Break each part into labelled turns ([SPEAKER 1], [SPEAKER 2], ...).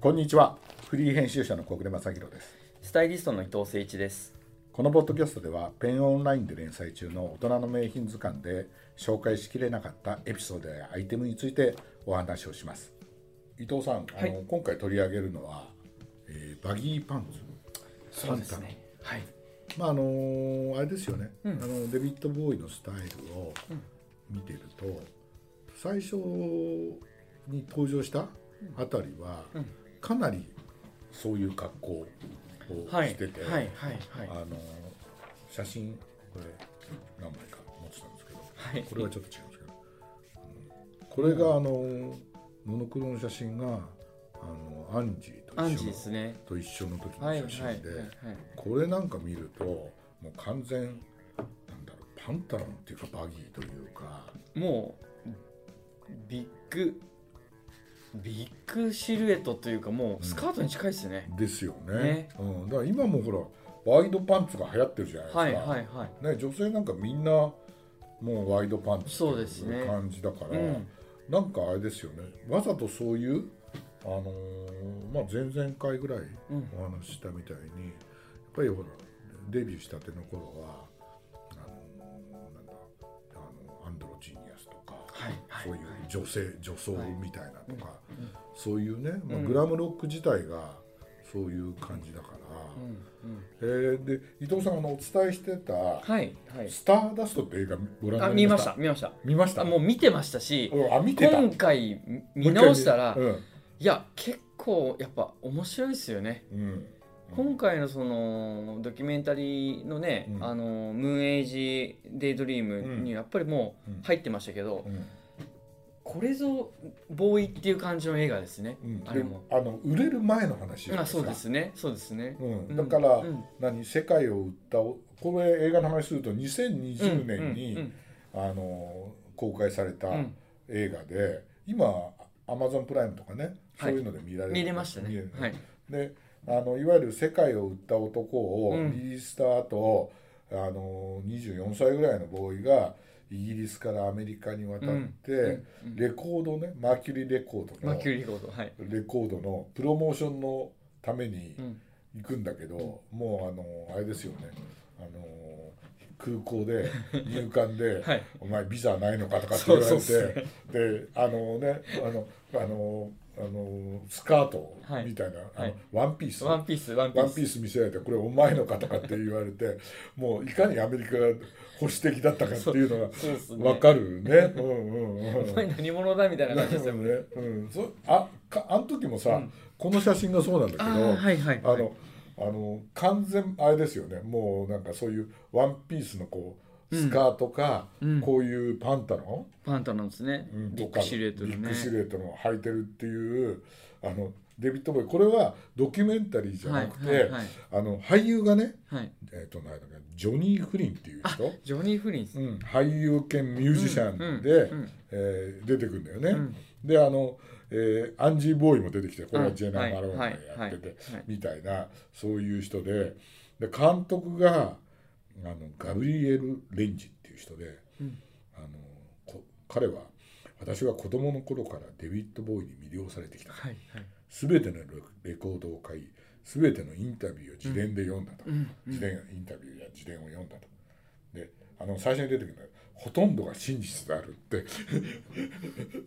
[SPEAKER 1] こんにちはフリー編集者の小暮正弘です
[SPEAKER 2] スタイリストの伊藤誠一です。
[SPEAKER 1] このポッドキャストではペンオンラインで連載中の大人の名品図鑑で紹介しきれなかったエピソードやアイテムについてお話をします伊藤さん、あの今回取り上げるのは、えーバギーパンツ
[SPEAKER 2] そうですね。はい。
[SPEAKER 1] まああのーあれですよね、あのデビッド・ボーイのスタイルを見てると、最初に登場したあたりは、かなりそういう格好を
[SPEAKER 2] はい。
[SPEAKER 1] してて、
[SPEAKER 2] はい。はい。はい。
[SPEAKER 1] あのー写真これ何枚か持ってたんですけど、
[SPEAKER 2] はい
[SPEAKER 1] これはちょっと違うんですけど、うんこれがあのーモノクロの写真があのアンジーと一緒の
[SPEAKER 2] アンジーですね。
[SPEAKER 1] と一緒の時の
[SPEAKER 2] はい。
[SPEAKER 1] 写
[SPEAKER 2] は
[SPEAKER 1] 真
[SPEAKER 2] い。はい。はい
[SPEAKER 1] で。これなんか見るともう完全なんだろうパンタロンっていうかバギーというか
[SPEAKER 2] もう。ビッグ。ビッグシルエットというか、もうスカートに近いですね。
[SPEAKER 1] ですよね
[SPEAKER 2] ね
[SPEAKER 1] うん、だから今もほらワイドパンツが流行ってるじゃないですか、
[SPEAKER 2] はい。はい。はい。
[SPEAKER 1] ね、女性なんかみんなもうワイドパンツってい
[SPEAKER 2] そうですね
[SPEAKER 1] 感じだから、
[SPEAKER 2] うん
[SPEAKER 1] なんかあれですよねわざとそういう、あのーまあ、前々回ぐらい
[SPEAKER 2] うん
[SPEAKER 1] お話ししたみたいに、やっぱりほらデビューしたての頃はあのーなんだあのアンドロジーニアスとか、
[SPEAKER 2] はい。はい。
[SPEAKER 1] そういう女性女装みたいなとか、
[SPEAKER 2] ん
[SPEAKER 1] そういうね、まあ、
[SPEAKER 2] うん
[SPEAKER 1] グラムロック自体がそういう感じだから、
[SPEAKER 2] うん。うん。
[SPEAKER 1] えーで伊藤さんあのお伝えしてた、
[SPEAKER 2] はい。はい。
[SPEAKER 1] スターダストって映画ご覧にな
[SPEAKER 2] あ、
[SPEAKER 1] り
[SPEAKER 2] 見ました。見ました。
[SPEAKER 1] 見ました
[SPEAKER 2] あ、もう見てましたし。
[SPEAKER 1] うんあ見てた
[SPEAKER 2] 今回見直したら
[SPEAKER 1] も、う一
[SPEAKER 2] いや、結構やっぱ面白いですよね。
[SPEAKER 1] 回見うん
[SPEAKER 2] 今回のそのドキュメンタリーのね、
[SPEAKER 1] うん
[SPEAKER 2] あのムーンエイジ・デイ・ドリームにやっぱりも
[SPEAKER 1] うん
[SPEAKER 2] う入ってましたけど、
[SPEAKER 1] うんうん
[SPEAKER 2] これぞボーイっていう感じの映画ですね、
[SPEAKER 1] うん
[SPEAKER 2] あれも
[SPEAKER 1] であの売れる前の話じゃない
[SPEAKER 2] あそう
[SPEAKER 1] か
[SPEAKER 2] ですねそうですね、
[SPEAKER 1] うん、だから、
[SPEAKER 2] うん
[SPEAKER 1] 何世界を売ったおこれ映画の話すると2020年に、
[SPEAKER 2] うんうん
[SPEAKER 1] あの公開された
[SPEAKER 2] うん
[SPEAKER 1] 映画で、今アマゾンプライムとかね、
[SPEAKER 2] はい
[SPEAKER 1] そういうので見られる
[SPEAKER 2] 見れました
[SPEAKER 1] 見
[SPEAKER 2] ね
[SPEAKER 1] れる
[SPEAKER 2] はい、
[SPEAKER 1] であのいわゆる「世界を売った男」を
[SPEAKER 2] うん
[SPEAKER 1] リリースした後、あの24歳ぐらいのボーイがイギリスからアメリカに渡って、
[SPEAKER 2] うんうん
[SPEAKER 1] レコードねマーキュリーレコード
[SPEAKER 2] マ
[SPEAKER 1] の
[SPEAKER 2] ーキュリーレコードはい、
[SPEAKER 1] レコードのプロモーションのために
[SPEAKER 2] うん
[SPEAKER 1] 行くんだけど、もうあのあれですよねあの空港で入管 で、
[SPEAKER 2] はい
[SPEAKER 1] お前ビザないのか」とかって言われて
[SPEAKER 2] そうそうっす
[SPEAKER 1] であのねあのあのあのスカートみたいな、あの
[SPEAKER 2] はい
[SPEAKER 1] ワンピース
[SPEAKER 2] ワンピースワンピ
[SPEAKER 1] ワ
[SPEAKER 2] ー
[SPEAKER 1] ン
[SPEAKER 2] ス
[SPEAKER 1] ピース見せられてこれお前の方かって言われ てもういかにアメリカが保守的だったかっていうの
[SPEAKER 2] そうです
[SPEAKER 1] が
[SPEAKER 2] ね
[SPEAKER 1] わかるね。 うんうんうん
[SPEAKER 2] お前何者だみたいな感じですよ、
[SPEAKER 1] ね、うん、そあかあの時もさ、この写真がそうなんだけど
[SPEAKER 2] あーはいはい
[SPEAKER 1] あのあの完全あれですよねもうなんかそういうワンピースのこうスカートか、
[SPEAKER 2] うん
[SPEAKER 1] こういうパンタロ
[SPEAKER 2] パンタなんですね、
[SPEAKER 1] ン、うん
[SPEAKER 2] ビ
[SPEAKER 1] と
[SPEAKER 2] ッ
[SPEAKER 1] か
[SPEAKER 2] グシルエット
[SPEAKER 1] ビ
[SPEAKER 2] の
[SPEAKER 1] ッ
[SPEAKER 2] ね
[SPEAKER 1] グシルエットの履いてるっていうあのデビッド・ボーイこれはドキュメンタリーじゃなくて、
[SPEAKER 2] はいはいはい
[SPEAKER 1] あの俳優がね、
[SPEAKER 2] はい
[SPEAKER 1] えー、となんだっけジョニー・フリンっていう人、
[SPEAKER 2] ジョニー・フリンス、
[SPEAKER 1] うん、俳優兼ミュージシャンで、
[SPEAKER 2] うんうん
[SPEAKER 1] えー出てくるんだよね。
[SPEAKER 2] うん
[SPEAKER 1] であの、えーアンジー・ボーイも出てきてこれ
[SPEAKER 2] う
[SPEAKER 1] は
[SPEAKER 2] ん
[SPEAKER 1] ジェナ・マローンが
[SPEAKER 2] はい
[SPEAKER 1] やってて、
[SPEAKER 2] はいはい
[SPEAKER 1] みたいなそういう人でで監督があのガブリエル・レンジっていう人で、
[SPEAKER 2] うん
[SPEAKER 1] あのこ彼は私は子供の頃からデビッド・ボーイに魅了されてきた
[SPEAKER 2] はいはい
[SPEAKER 1] 全てのレコードを買い全てのインタビューを自伝で読んだと、
[SPEAKER 2] ん
[SPEAKER 1] 自伝インタビューや自伝を読んだとであの最初に出てくるのはほとんどが真実であるって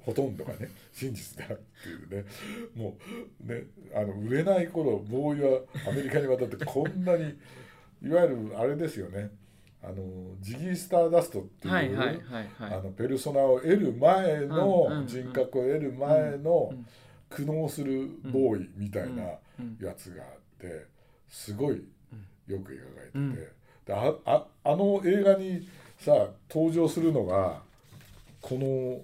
[SPEAKER 1] ほとんどがね真実であるっていうねもうねあの売れない頃ボーイはアメリカに渡ってこんなにいわゆるあれですよねあのジギー・スターダストっていう、
[SPEAKER 2] はいはいはいはい
[SPEAKER 1] あのペルソナを得る前
[SPEAKER 2] うんうんう
[SPEAKER 1] の
[SPEAKER 2] ん
[SPEAKER 1] 人格を得る前の苦悩するボーイみたいな
[SPEAKER 2] うん
[SPEAKER 1] やつがあってすごいよく描かれてて、
[SPEAKER 2] うん
[SPEAKER 1] であああの映画にさ登場するのがこの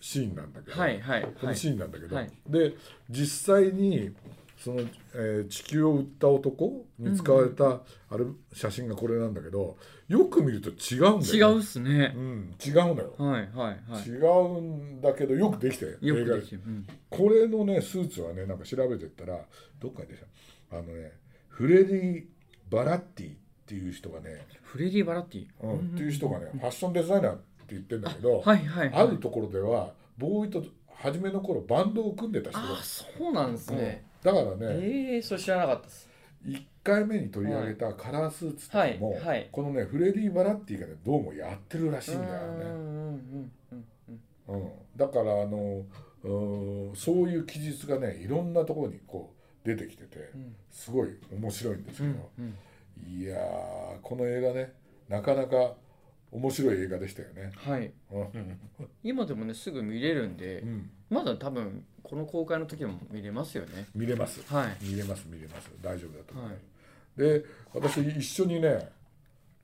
[SPEAKER 1] シーンなんだけど、
[SPEAKER 2] はいはい
[SPEAKER 1] こ
[SPEAKER 2] は
[SPEAKER 1] の
[SPEAKER 2] い
[SPEAKER 1] シーンなんだけど、
[SPEAKER 2] はい
[SPEAKER 1] で実際にその、えー地球を売った男に使われた、あれ写真がこれなんだけどよく見ると違うんだ
[SPEAKER 2] 違
[SPEAKER 1] よ、
[SPEAKER 2] うっすね
[SPEAKER 1] う、ん、違うのよ。
[SPEAKER 2] はいはいは
[SPEAKER 1] 違うんだけどよくできて
[SPEAKER 2] いよ
[SPEAKER 1] 映
[SPEAKER 2] く
[SPEAKER 1] 画
[SPEAKER 2] できてる、うん、
[SPEAKER 1] これのねスーツはねなんか調べてったらどっかに出てきたあのねフレディ・バラッティっていう人がね、
[SPEAKER 2] フレディ・バラッティ
[SPEAKER 1] うんっていう人がねファッションデザイナーって言ってんだけど、
[SPEAKER 2] はいはいはい
[SPEAKER 1] あるところではボーイと初めの頃バンドを組んでた人だ
[SPEAKER 2] あそうなんですね、
[SPEAKER 1] だからね
[SPEAKER 2] ええー、それ知らなかったです
[SPEAKER 1] 1回目に取り上げたカラースーツとかも、
[SPEAKER 2] はいはい
[SPEAKER 1] このねフレディ・バラッティがねどうもやってるらしいんだよ
[SPEAKER 2] う
[SPEAKER 1] ね、
[SPEAKER 2] んうんうんうん
[SPEAKER 1] うん、だからあのうーんそういう記述がねいろんなところにこう出てきてて
[SPEAKER 2] うん
[SPEAKER 1] すごい面白いんです
[SPEAKER 2] う
[SPEAKER 1] けど、
[SPEAKER 2] んうん
[SPEAKER 1] いやーこの映画ねなかなか面白い映画でしたよね。
[SPEAKER 2] はい
[SPEAKER 1] うん
[SPEAKER 2] 今でもねすぐ見れるんで
[SPEAKER 1] うん、
[SPEAKER 2] まだ多分この公開の時でも見れますよね
[SPEAKER 1] 見れます
[SPEAKER 2] はい
[SPEAKER 1] 見れます見れます大丈夫だと思います。で私一緒にね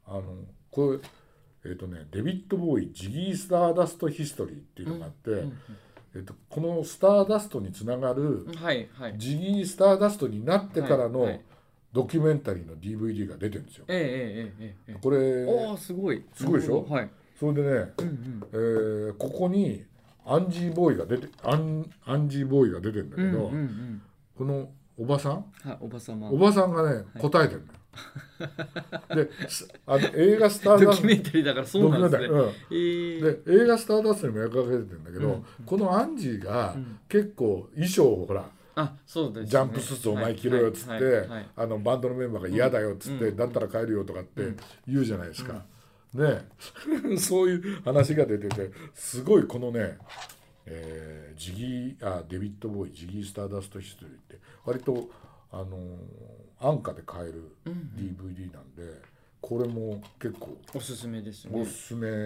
[SPEAKER 1] あのこれえっ、とねデビッド・ボーイ「ジギー・スターダスト・ヒストリー」っていうのがあって、
[SPEAKER 2] うん
[SPEAKER 1] えっと、このスターダストにつながる
[SPEAKER 2] はいはい
[SPEAKER 1] ジギー・スターダストになってから
[SPEAKER 2] はいは
[SPEAKER 1] の
[SPEAKER 2] い
[SPEAKER 1] ドキュメンタリーの DVD が出てるんですよ。
[SPEAKER 2] えええええええ
[SPEAKER 1] こ
[SPEAKER 2] え
[SPEAKER 1] れ
[SPEAKER 2] おおすごい
[SPEAKER 1] すごいでしょ
[SPEAKER 2] はい
[SPEAKER 1] それでね
[SPEAKER 2] うんうん
[SPEAKER 1] えーここにアンジーボーイが出てアンアンジーボーイが出てんだけ
[SPEAKER 2] うん
[SPEAKER 1] ど、
[SPEAKER 2] うんうん
[SPEAKER 1] このおばさん
[SPEAKER 2] はいおばさま
[SPEAKER 1] おばさんがね、答えてるのよ。ですあの映画スター
[SPEAKER 2] ド
[SPEAKER 1] ダ
[SPEAKER 2] キ
[SPEAKER 1] ス
[SPEAKER 2] ュメンタリーだからそう
[SPEAKER 1] ドキュ
[SPEAKER 2] な
[SPEAKER 1] メ
[SPEAKER 2] ん
[SPEAKER 1] ン
[SPEAKER 2] で
[SPEAKER 1] タ
[SPEAKER 2] す
[SPEAKER 1] リ
[SPEAKER 2] ね
[SPEAKER 1] ーうん
[SPEAKER 2] えー
[SPEAKER 1] で映画「スターダスト」にも描かれてるんだけど、
[SPEAKER 2] うん
[SPEAKER 1] このアンジーが
[SPEAKER 2] うん
[SPEAKER 1] 結構衣装をほら、
[SPEAKER 2] あそうですね
[SPEAKER 1] ジャンプスーツお前着ろよっつ
[SPEAKER 2] は
[SPEAKER 1] っ
[SPEAKER 2] いはい
[SPEAKER 1] て
[SPEAKER 2] はいはい
[SPEAKER 1] あのバンドのメンバーが嫌だよっつって、
[SPEAKER 2] うん
[SPEAKER 1] だったら帰るよとかって言うじゃないですか、ね えそういう話が出ててすごいこのね、えージギーあデビッド・ボーイジギー・スターダスト・ヒストリーって割と、あのー安価で買える
[SPEAKER 2] うん
[SPEAKER 1] DVD なんで、これも結構
[SPEAKER 2] おすすめです
[SPEAKER 1] お
[SPEAKER 2] ね
[SPEAKER 1] すすめな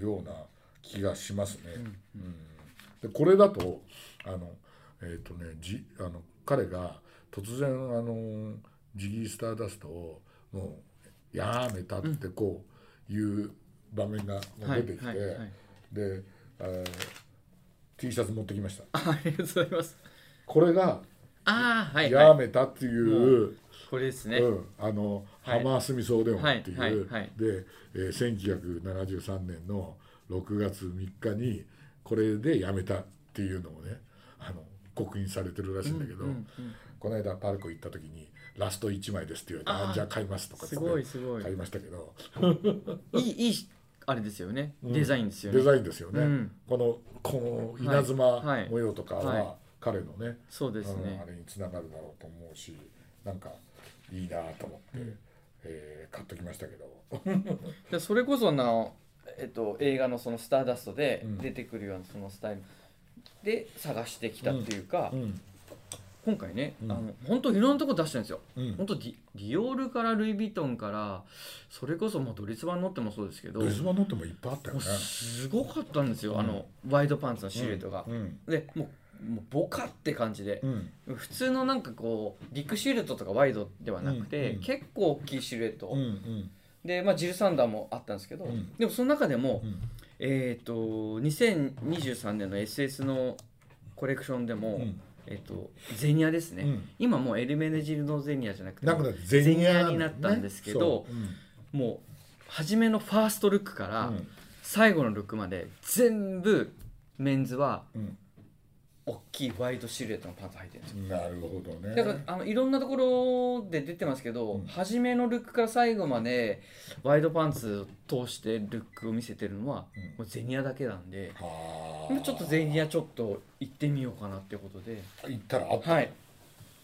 [SPEAKER 1] ような気がしますね。うんでこれだとあのえっ、とねじあの彼が突然あのジギー・スターダストをもうやめたってこういう場面が
[SPEAKER 2] はい
[SPEAKER 1] 出てきて、
[SPEAKER 2] はいはい
[SPEAKER 1] で、えー、T シャツ持ってきました。
[SPEAKER 2] あありがとうございます
[SPEAKER 1] これが
[SPEAKER 2] ああはい
[SPEAKER 1] や
[SPEAKER 2] はい
[SPEAKER 1] めたっていう、
[SPEAKER 2] これですね
[SPEAKER 1] うん、あの、
[SPEAKER 2] はい
[SPEAKER 1] ハマースミソーデオンっていう、
[SPEAKER 2] はいはいはい
[SPEAKER 1] で、えー、1973年の6月3日にこれでやめたっていうのをねあの刻印されてるらしいんだけど、
[SPEAKER 2] うんうん
[SPEAKER 1] この間パルコ行った時に「ラスト1枚です」って言われて「あ
[SPEAKER 2] あー
[SPEAKER 1] じゃあ買います」とかっつ
[SPEAKER 2] す
[SPEAKER 1] っ
[SPEAKER 2] ごい
[SPEAKER 1] て
[SPEAKER 2] すごい
[SPEAKER 1] 買いましたけど
[SPEAKER 2] いいいいしあれですよね
[SPEAKER 1] うん
[SPEAKER 2] デザインですよ
[SPEAKER 1] デ
[SPEAKER 2] ね
[SPEAKER 1] ザインですよね、
[SPEAKER 2] うん
[SPEAKER 1] このこの稲
[SPEAKER 2] はいは
[SPEAKER 1] 妻
[SPEAKER 2] い
[SPEAKER 1] 模様とかは、
[SPEAKER 2] はい
[SPEAKER 1] 彼のね
[SPEAKER 2] そうです
[SPEAKER 1] うんあ
[SPEAKER 2] ね
[SPEAKER 1] れにつながるだろうと思うしなんかいいなと思って、えー買っときましたけど。
[SPEAKER 2] でそれこそなえっと映画のそのスターダストで
[SPEAKER 1] うん
[SPEAKER 2] 出てくるようなそのスタイルで探してきたっていうか
[SPEAKER 1] うん
[SPEAKER 2] 今回ねあ
[SPEAKER 1] うん
[SPEAKER 2] の本当いろんなとこ出してるんですよ
[SPEAKER 1] うん
[SPEAKER 2] 本当ディディオールからルイ・ヴィトンからそれこそまあドリツバン乗ってもそうですけど
[SPEAKER 1] レズマ乗ってもいっぱいあったよ
[SPEAKER 2] もう
[SPEAKER 1] ね。
[SPEAKER 2] すごかったんですよ、
[SPEAKER 1] うん
[SPEAKER 2] あのワイドパンツのシルエットが、
[SPEAKER 1] うん。
[SPEAKER 2] でもうもうボカって感じで
[SPEAKER 1] う、ん。
[SPEAKER 2] 普通のなんかこうビッグシルエットとかワイドではなくて、
[SPEAKER 1] うんうん
[SPEAKER 2] 結構大きいシルエット、
[SPEAKER 1] うん。うん。
[SPEAKER 2] で、まあ、ジルサンダーもあったんですけど、
[SPEAKER 1] うん
[SPEAKER 2] でもその中でも、
[SPEAKER 1] うん。
[SPEAKER 2] えっ、と2023年の SS のコレクションでも、
[SPEAKER 1] うん
[SPEAKER 2] えっ、とゼニアですね、
[SPEAKER 1] うん
[SPEAKER 2] 今もうエルメネジルのゼニアじゃなくて
[SPEAKER 1] なくなって
[SPEAKER 2] ゼニア
[SPEAKER 1] ね
[SPEAKER 2] になったんですけど
[SPEAKER 1] そううん
[SPEAKER 2] もう初めのファーストルックから、
[SPEAKER 1] うん
[SPEAKER 2] 最後のルックまで全部メンズは大きいワイドシルエットのパンツ履いてるんですよ
[SPEAKER 1] うん。なるほどね。
[SPEAKER 2] だからあのいろんなところで出てますけど、
[SPEAKER 1] うん
[SPEAKER 2] 初めのルックから最後までワイドパンツを通してルックを見せてるのは、
[SPEAKER 1] うん
[SPEAKER 2] もうゼニアだけなんで
[SPEAKER 1] はあ
[SPEAKER 2] ちょっとゼニアちょっと行ってみようかなってことで
[SPEAKER 1] 行ったらあった。
[SPEAKER 2] はい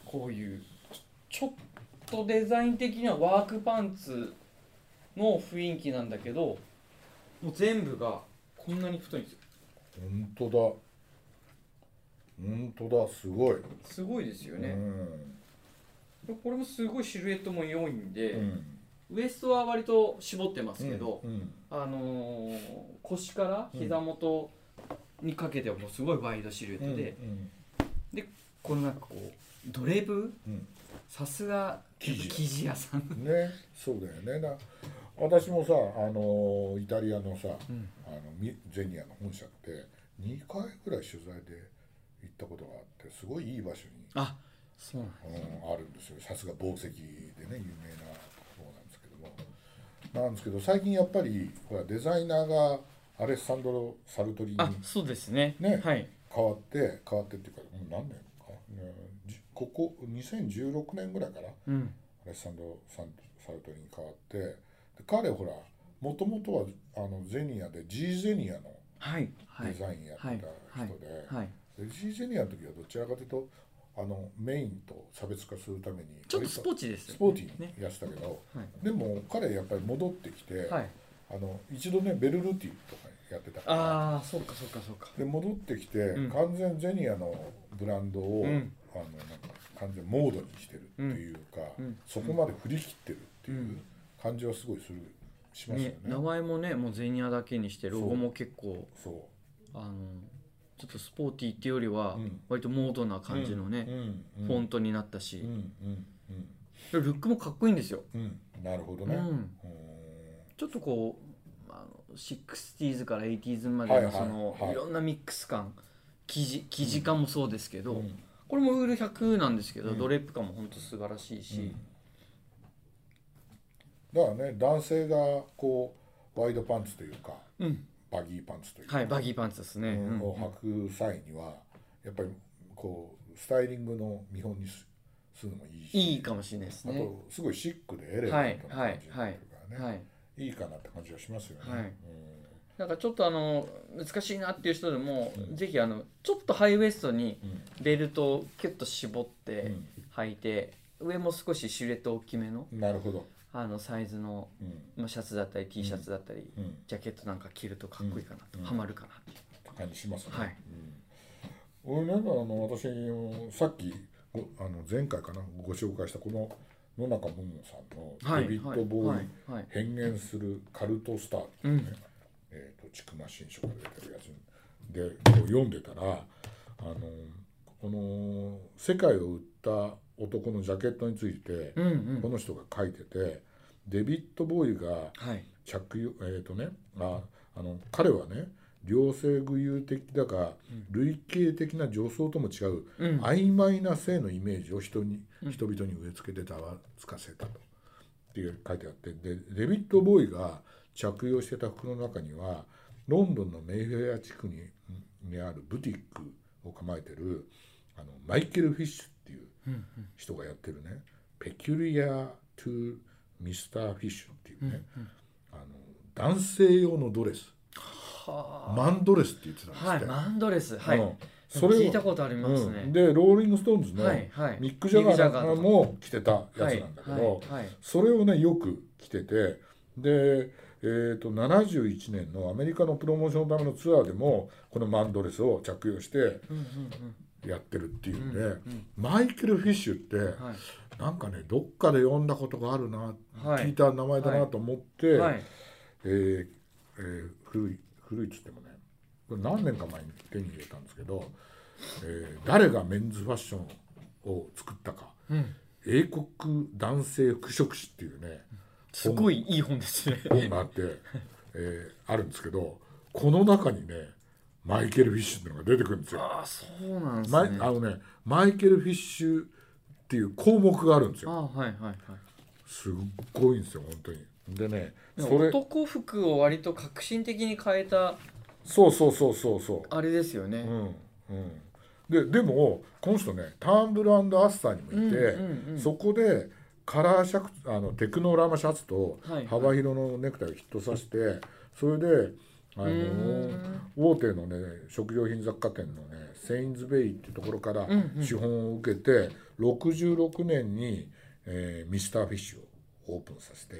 [SPEAKER 2] こういうちょっとデザイン的にはワークパンツの雰囲気なんだけどもう全部がこんなに太いんですよ
[SPEAKER 1] 本当だ。本当だ。すごい。
[SPEAKER 2] すごいですよ
[SPEAKER 1] う
[SPEAKER 2] ね、
[SPEAKER 1] ん。
[SPEAKER 2] でこれもすごいシルエットも良いん
[SPEAKER 1] う
[SPEAKER 2] で、
[SPEAKER 1] ん。
[SPEAKER 2] ウエストは割と絞ってますけど、
[SPEAKER 1] うん。
[SPEAKER 2] あのー腰から膝元にかけてはもうすごいワイドシルエッ
[SPEAKER 1] うん
[SPEAKER 2] トで、
[SPEAKER 1] うん
[SPEAKER 2] このなんかこうドレープ
[SPEAKER 1] うん。
[SPEAKER 2] さすが
[SPEAKER 1] 生地
[SPEAKER 2] 生地屋さん、
[SPEAKER 1] ね。そうだよね。な。私もさ、あのイタリアのさ、
[SPEAKER 2] うん
[SPEAKER 1] あのミゼニアの本社って2回ぐらい取材で行ったことがあってすごいいい場所に、
[SPEAKER 2] あそうなんですね
[SPEAKER 1] うん、あるんですよさすが宝石でね有名な方なんですけどもなんですけど最近やっぱりほらデザイナーがアレッサンドロ・サルトリに
[SPEAKER 2] あそうですね
[SPEAKER 1] ね
[SPEAKER 2] はい
[SPEAKER 1] 変わって変わってっていうかもう何年か、ね、じここ2016年ぐらいから
[SPEAKER 2] うん
[SPEAKER 1] アレッサンドロ・サンサルトリに変わってで彼ほらもともとはあのゼニアで G ゼニアの
[SPEAKER 2] はいは
[SPEAKER 1] デ
[SPEAKER 2] い
[SPEAKER 1] ザインやってた人で、
[SPEAKER 2] はいはい
[SPEAKER 1] で G ジュニアの時はどちらかというとあのメインと差別化するために
[SPEAKER 2] ちょっとスポーチですよ
[SPEAKER 1] スポーティ
[SPEAKER 2] ね
[SPEAKER 1] ーにやってたけど、
[SPEAKER 2] はい
[SPEAKER 1] でも彼やっぱり戻ってきて、
[SPEAKER 2] はい
[SPEAKER 1] あの一度ねベルルティとかやってたから
[SPEAKER 2] ああそうかそうかそうか
[SPEAKER 1] で戻ってきて、
[SPEAKER 2] ん
[SPEAKER 1] 完全ゼニアのブランドを、
[SPEAKER 2] うん
[SPEAKER 1] あのなんか完全モードにしてるっていうか、
[SPEAKER 2] うんうん
[SPEAKER 1] そこまで振り切ってるっていううん感じはすごいするしますよね
[SPEAKER 2] ね。名前もねもうゼニアだけにしてロゴも結構
[SPEAKER 1] そ
[SPEAKER 2] あのちょっとスポーティーっていうよりは
[SPEAKER 1] うん
[SPEAKER 2] 割とモードな
[SPEAKER 1] う
[SPEAKER 2] 感じのね、
[SPEAKER 1] うんうん、
[SPEAKER 2] フォントになったし、
[SPEAKER 1] うんうん
[SPEAKER 2] ルックもかっこいいんですよ、
[SPEAKER 1] うんうんなるほど
[SPEAKER 2] う
[SPEAKER 1] ね。
[SPEAKER 2] ん、
[SPEAKER 1] うーん
[SPEAKER 2] ちょっとこうあの 60s から 80s まで
[SPEAKER 1] はいは
[SPEAKER 2] の
[SPEAKER 1] い
[SPEAKER 2] その、い
[SPEAKER 1] はい
[SPEAKER 2] ろんなミックス感生地生地感もそうですけど、
[SPEAKER 1] うん
[SPEAKER 2] これもウール100なんですけど、
[SPEAKER 1] うん
[SPEAKER 2] ドレップ感も本当素晴らしいし、
[SPEAKER 1] だからね男性がこうワイドパンツというか
[SPEAKER 2] うん
[SPEAKER 1] バギーパンツというか、
[SPEAKER 2] はいバギーパンツですね、
[SPEAKER 1] うん
[SPEAKER 2] うん
[SPEAKER 1] を履く際にはやっぱりこうスタイリングの見本にすするのもいいし
[SPEAKER 2] いいかもしれないです
[SPEAKER 1] あ
[SPEAKER 2] ね
[SPEAKER 1] とすごいシックでエレガントな感じになってるからね、い
[SPEAKER 2] はい
[SPEAKER 1] い、かなって感じがしますよね。
[SPEAKER 2] はい
[SPEAKER 1] うん
[SPEAKER 2] なんかちょっとあの難しいなっていう人でも、ぜひあのちょっとハイウエストに
[SPEAKER 1] うん
[SPEAKER 2] ベルトをキュッと絞って
[SPEAKER 1] うん
[SPEAKER 2] 履いて、上も少しシュレット大きめの
[SPEAKER 1] なるほど、
[SPEAKER 2] あのサイズの
[SPEAKER 1] うん
[SPEAKER 2] まあシャツだったり T シャツだったり、
[SPEAKER 1] うん、っ
[SPEAKER 2] ジャケットなんか着るとかっこいいかなと、
[SPEAKER 1] うん
[SPEAKER 2] ハマるかなっていう
[SPEAKER 1] て感じしますね。
[SPEAKER 2] はい
[SPEAKER 1] うん、俺なんかあの私さっきごあの前回かなご紹介したこの野中桃さんの「
[SPEAKER 2] はい
[SPEAKER 1] デビッド・ボーイ、
[SPEAKER 2] はいはいはい
[SPEAKER 1] 変幻するカルトスター」っていうね、えー、と千曲新書が出てるやつでこう読んでたらあのこの「世界を売った男」のジャケットについて、
[SPEAKER 2] うんうん
[SPEAKER 1] この人が書いててデビッド・ボーイが「
[SPEAKER 2] はい
[SPEAKER 1] 着用えっ、とねああの彼はね両性具有的だが類型的な女装とも違う、
[SPEAKER 2] うん
[SPEAKER 1] 曖昧な性のイメージを人に、人々に植え付けてたわつかせたとっていう書いてあってでデビッド・ボーイが着用してた服の中にはロンドンのメイフェア地区ににあるブティックを構えてるあのマイケル・フィッシュっていう人がやってるね「ペキュリア・トゥ・ミスター・フィッシュ」っていうね、あの男性用のドレス
[SPEAKER 2] は
[SPEAKER 1] マンドレスって言ってたんです
[SPEAKER 2] あは
[SPEAKER 1] って、
[SPEAKER 2] いマンドレスはい、
[SPEAKER 1] うんそれを
[SPEAKER 2] 聞いたことありますね、
[SPEAKER 1] うんでローリング・ストーンズの
[SPEAKER 2] はいはい
[SPEAKER 1] ミック・ジャガ
[SPEAKER 2] ミックジャ
[SPEAKER 1] ー
[SPEAKER 2] ガ
[SPEAKER 1] なんか
[SPEAKER 2] ーとか
[SPEAKER 1] も着てたやつ
[SPEAKER 2] はい
[SPEAKER 1] なんだけど、
[SPEAKER 2] はいはい
[SPEAKER 1] それをねよく着ててで、えー、と71年のアメリカのプロモーションのためのツアーでもこのマンドレスを着用して
[SPEAKER 2] うんうん
[SPEAKER 1] やってるっていうんで、
[SPEAKER 2] うん
[SPEAKER 1] マイケル・フィッシュって、
[SPEAKER 2] うんはい
[SPEAKER 1] なんかねどっかで読んだことがあるな、
[SPEAKER 2] はい
[SPEAKER 1] 聞いた名前だなと思って、
[SPEAKER 2] はい
[SPEAKER 1] えーえー古い古いっつってもねこれ何年か前に手に入れたんですけど、えー誰がメンズファッションを作ったか
[SPEAKER 2] うん
[SPEAKER 1] 「英国男性服飾誌」っていうね
[SPEAKER 2] すごいいい本ですね
[SPEAKER 1] 本があって、えーあるんですけどこの中にねマイケル・フィッシュっていうのが出てくるんですよ。
[SPEAKER 2] ああそうなんです
[SPEAKER 1] マイ
[SPEAKER 2] ね
[SPEAKER 1] あのねマイケル・フィッシュっていう項目があるんです
[SPEAKER 2] あ
[SPEAKER 1] よ。
[SPEAKER 2] あはいはいはい
[SPEAKER 1] すっごいんですよ本当に。でねそれ
[SPEAKER 2] 男服を割と革新的に変えた
[SPEAKER 1] そうそうそうそうそう。
[SPEAKER 2] あれですよね、
[SPEAKER 1] うんうん、ででもこの人ねターンブルアッサーにもいて、
[SPEAKER 2] うんうんうん
[SPEAKER 1] そこでカラーシャツあのテクノラマシャツと
[SPEAKER 2] はい
[SPEAKER 1] 幅広のネクタイをヒットさせて、それであの
[SPEAKER 2] ん
[SPEAKER 1] 大手のね食料品雑貨店のねセインズベイっていうところから
[SPEAKER 2] んうん
[SPEAKER 1] 資本を受けて66年に、えーミスターフィッシュをオープンさせて、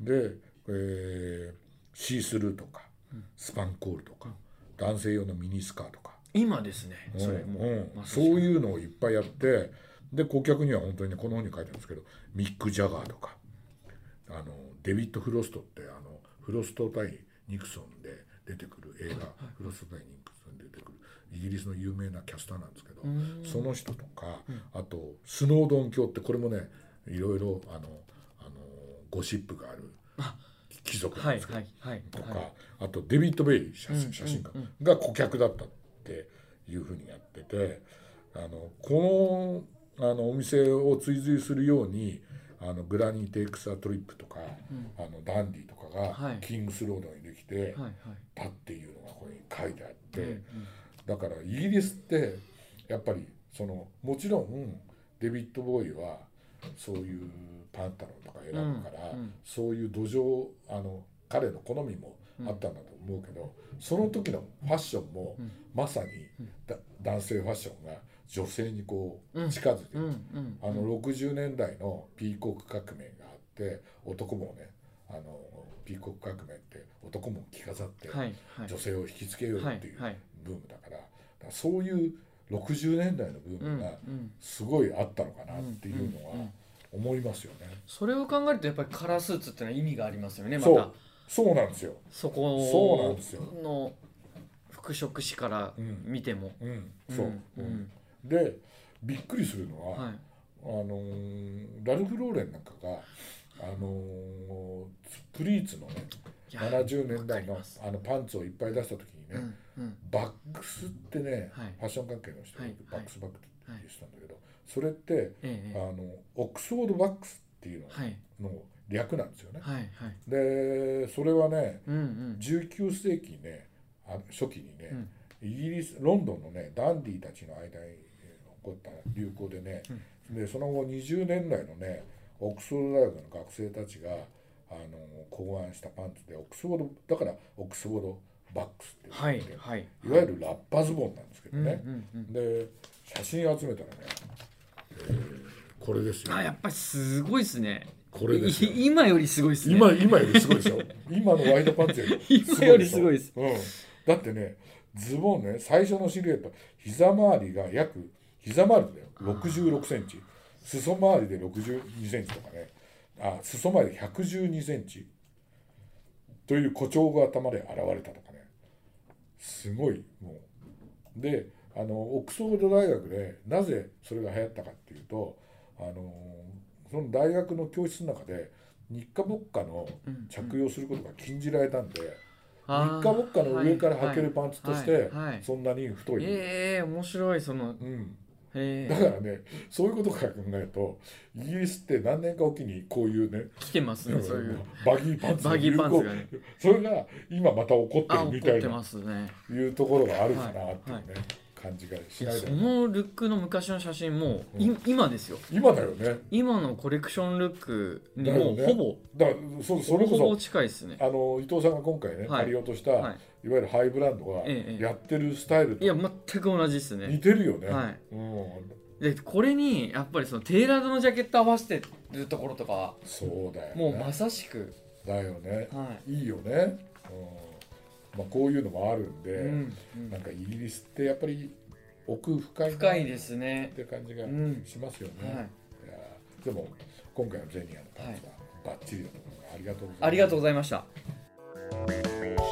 [SPEAKER 1] で、えーシースルーとかスパンコールとか男性用のミニスカーとか。
[SPEAKER 2] 今ですね、それ
[SPEAKER 1] うん
[SPEAKER 2] も
[SPEAKER 1] うん
[SPEAKER 2] まさ
[SPEAKER 1] そ
[SPEAKER 2] し
[SPEAKER 1] う
[SPEAKER 2] く
[SPEAKER 1] いうのをいっぱいやってで顧客には本当にねこの本に書いてあるんですけどミック・ジャガーとかあのデビッド・フロストってあのフロスト対ニクソンで出てくる映画「フロスト対ニクソン」で出てくるイギリスの有名なキャスターなんですけど
[SPEAKER 2] ん
[SPEAKER 1] その人とかあとスノードン教ってこれもねいろいろあのあのゴシップがある貴族なん
[SPEAKER 2] は
[SPEAKER 1] で
[SPEAKER 2] い
[SPEAKER 1] すけど
[SPEAKER 2] はいはい
[SPEAKER 1] とか、
[SPEAKER 2] はい
[SPEAKER 1] あとデビッド・ベイ写
[SPEAKER 2] う
[SPEAKER 1] 真
[SPEAKER 2] ん
[SPEAKER 1] 写真家が顧客だったっていうふうにやっててあのこのあのお店を追随するようにあのグラニー・テイクス・ア・トリップとか、あのダンディとか
[SPEAKER 2] は
[SPEAKER 1] が
[SPEAKER 2] い
[SPEAKER 1] キングスロードにできて
[SPEAKER 2] はいはい
[SPEAKER 1] たっていうのがこれに書いてあって、
[SPEAKER 2] うんうん
[SPEAKER 1] だからイギリスってやっぱりそのもちろんデビッド・ボーイはそういうパンタロンとか選ぶから、
[SPEAKER 2] うんうん
[SPEAKER 1] そういう土壌あの彼の好みもあったんだと思うけど、その時のファッションも、まさにだ男性ファッションが女性にこ
[SPEAKER 2] う
[SPEAKER 1] うん近づいて、
[SPEAKER 2] うんうん
[SPEAKER 1] あの60年代のピーコック革命があって男もねあのピーコック革命って男も着飾って
[SPEAKER 2] はいはい
[SPEAKER 1] 女性を引きつけようっていう
[SPEAKER 2] はいはい
[SPEAKER 1] ブームだからだからそういう60年代のブ
[SPEAKER 2] う
[SPEAKER 1] ー
[SPEAKER 2] ん
[SPEAKER 1] ム
[SPEAKER 2] う
[SPEAKER 1] が
[SPEAKER 2] ん
[SPEAKER 1] すごいあったのかなっていうの
[SPEAKER 2] うんうんう
[SPEAKER 1] は
[SPEAKER 2] ん
[SPEAKER 1] 思いますよね。
[SPEAKER 2] それを考えるとやっぱりカラースーツってのは意味がありますよねま
[SPEAKER 1] そ
[SPEAKER 2] た
[SPEAKER 1] うそうなんですよ、
[SPEAKER 2] そこ
[SPEAKER 1] そうなんですよ
[SPEAKER 2] の服飾師から
[SPEAKER 1] うん
[SPEAKER 2] 見ても、
[SPEAKER 1] うんそう
[SPEAKER 2] う
[SPEAKER 1] うんんでびっくりするの
[SPEAKER 2] うん
[SPEAKER 1] は、
[SPEAKER 2] はい
[SPEAKER 1] あのーラルフ・ローレンなんかが、あのープリーツのね
[SPEAKER 2] いや
[SPEAKER 1] 70年代の
[SPEAKER 2] わかります
[SPEAKER 1] あのパンツをいっぱい出した時にね、
[SPEAKER 2] うんうん
[SPEAKER 1] バックスってね、
[SPEAKER 2] はい
[SPEAKER 1] ファッション関係の人が
[SPEAKER 2] はいい
[SPEAKER 1] バックスバックって言
[SPEAKER 2] はい
[SPEAKER 1] ってたんだけど、それって、
[SPEAKER 2] え
[SPEAKER 1] あ
[SPEAKER 2] え
[SPEAKER 1] のオックスフォードバックスっていう
[SPEAKER 2] はい
[SPEAKER 1] のの略なんですよね。
[SPEAKER 2] はいはい
[SPEAKER 1] でそれはね
[SPEAKER 2] うんうん
[SPEAKER 1] 19世紀ねあ初期にね、
[SPEAKER 2] うん
[SPEAKER 1] イギリスロンドンのねダンディーたちの間にえー起こった流行でね、でその後20年来のねオックスフォード大学の学生たちがあの考案したパンツでオックスフォードだからオックスフォードバックスって言
[SPEAKER 2] はい
[SPEAKER 1] って、
[SPEAKER 2] はい
[SPEAKER 1] い、わゆるラッパズボンなんですけど
[SPEAKER 2] うんう
[SPEAKER 1] ね、
[SPEAKER 2] んうん
[SPEAKER 1] で写真集めたらね、えーこれですよ
[SPEAKER 2] あやっぱりすごいですね
[SPEAKER 1] これですよ
[SPEAKER 2] い今よりすごいですね
[SPEAKER 1] 今今よりすごいでしょ今のワイドパンツより
[SPEAKER 2] 今よりすごいです
[SPEAKER 1] ごいでしょ、うん、だってねズボンね最初のシルエット膝周りが約膝周りだよ6 6センチ裾周りで6 2センチとかねあ裾周り1 1 2センチという誇張が頭で現れたとかねすごいもうであのオックスフォード大学でなぜそれが流行ったかっていうとあのその大学の教室の中で日課ぼっかの着用することが禁じられたんで、
[SPEAKER 2] あー
[SPEAKER 1] 日課ぼっかの上から履けるパンツとして
[SPEAKER 2] はいはいはい
[SPEAKER 1] そんなに太い、
[SPEAKER 2] ええ面白いそ
[SPEAKER 1] う
[SPEAKER 2] の
[SPEAKER 1] ん、
[SPEAKER 2] え
[SPEAKER 1] だ
[SPEAKER 2] え
[SPEAKER 1] からねそういうことから考えるとイギリスって何年かおきにこういうね
[SPEAKER 2] 来てますねそういう
[SPEAKER 1] バギーパンツの
[SPEAKER 2] バギ
[SPEAKER 1] 流
[SPEAKER 2] ーパン
[SPEAKER 1] 行
[SPEAKER 2] ツがね
[SPEAKER 1] それが今また起こって
[SPEAKER 2] あ
[SPEAKER 1] る
[SPEAKER 2] 怒
[SPEAKER 1] み
[SPEAKER 2] った
[SPEAKER 1] い
[SPEAKER 2] て
[SPEAKER 1] な
[SPEAKER 2] ますね
[SPEAKER 1] いうところがあるかなっていうね、
[SPEAKER 2] はい
[SPEAKER 1] 感じがし
[SPEAKER 2] いや
[SPEAKER 1] ない
[SPEAKER 2] そ
[SPEAKER 1] でもない
[SPEAKER 2] のルックの昔の写真も、い
[SPEAKER 1] うん
[SPEAKER 2] 今ですよ
[SPEAKER 1] 今だよね
[SPEAKER 2] 今のコレクションルックに
[SPEAKER 1] だよ
[SPEAKER 2] もう
[SPEAKER 1] ね
[SPEAKER 2] ほぼ、
[SPEAKER 1] だからそそれ
[SPEAKER 2] ほぼ
[SPEAKER 1] こ
[SPEAKER 2] 近いですね
[SPEAKER 1] そあの伊藤さんが今回ね、
[SPEAKER 2] はい
[SPEAKER 1] 借りようとした、、
[SPEAKER 2] はい
[SPEAKER 1] わゆるハイブランドが
[SPEAKER 2] ええ
[SPEAKER 1] やってるスタイル
[SPEAKER 2] いや
[SPEAKER 1] と
[SPEAKER 2] 全く同じですね
[SPEAKER 1] 似てるよね、
[SPEAKER 2] はい
[SPEAKER 1] うん、
[SPEAKER 2] でこれにやっぱりそのテーラードのジャケット合わせてるところとか
[SPEAKER 1] そうだよね
[SPEAKER 2] もうまさしく、
[SPEAKER 1] だよね
[SPEAKER 2] はい
[SPEAKER 1] いよね、うんまあ、こういうのもあるんで、
[SPEAKER 2] うんうん
[SPEAKER 1] なんかイギリスってやっぱり奥深いな
[SPEAKER 2] 深いで
[SPEAKER 1] っ
[SPEAKER 2] すね
[SPEAKER 1] て感じが
[SPEAKER 2] うん
[SPEAKER 1] しますよね、
[SPEAKER 2] はい
[SPEAKER 1] いやーでも今回のゼニアの感じはバッチリだと思うのでありがとうございます。
[SPEAKER 2] ありがとうございました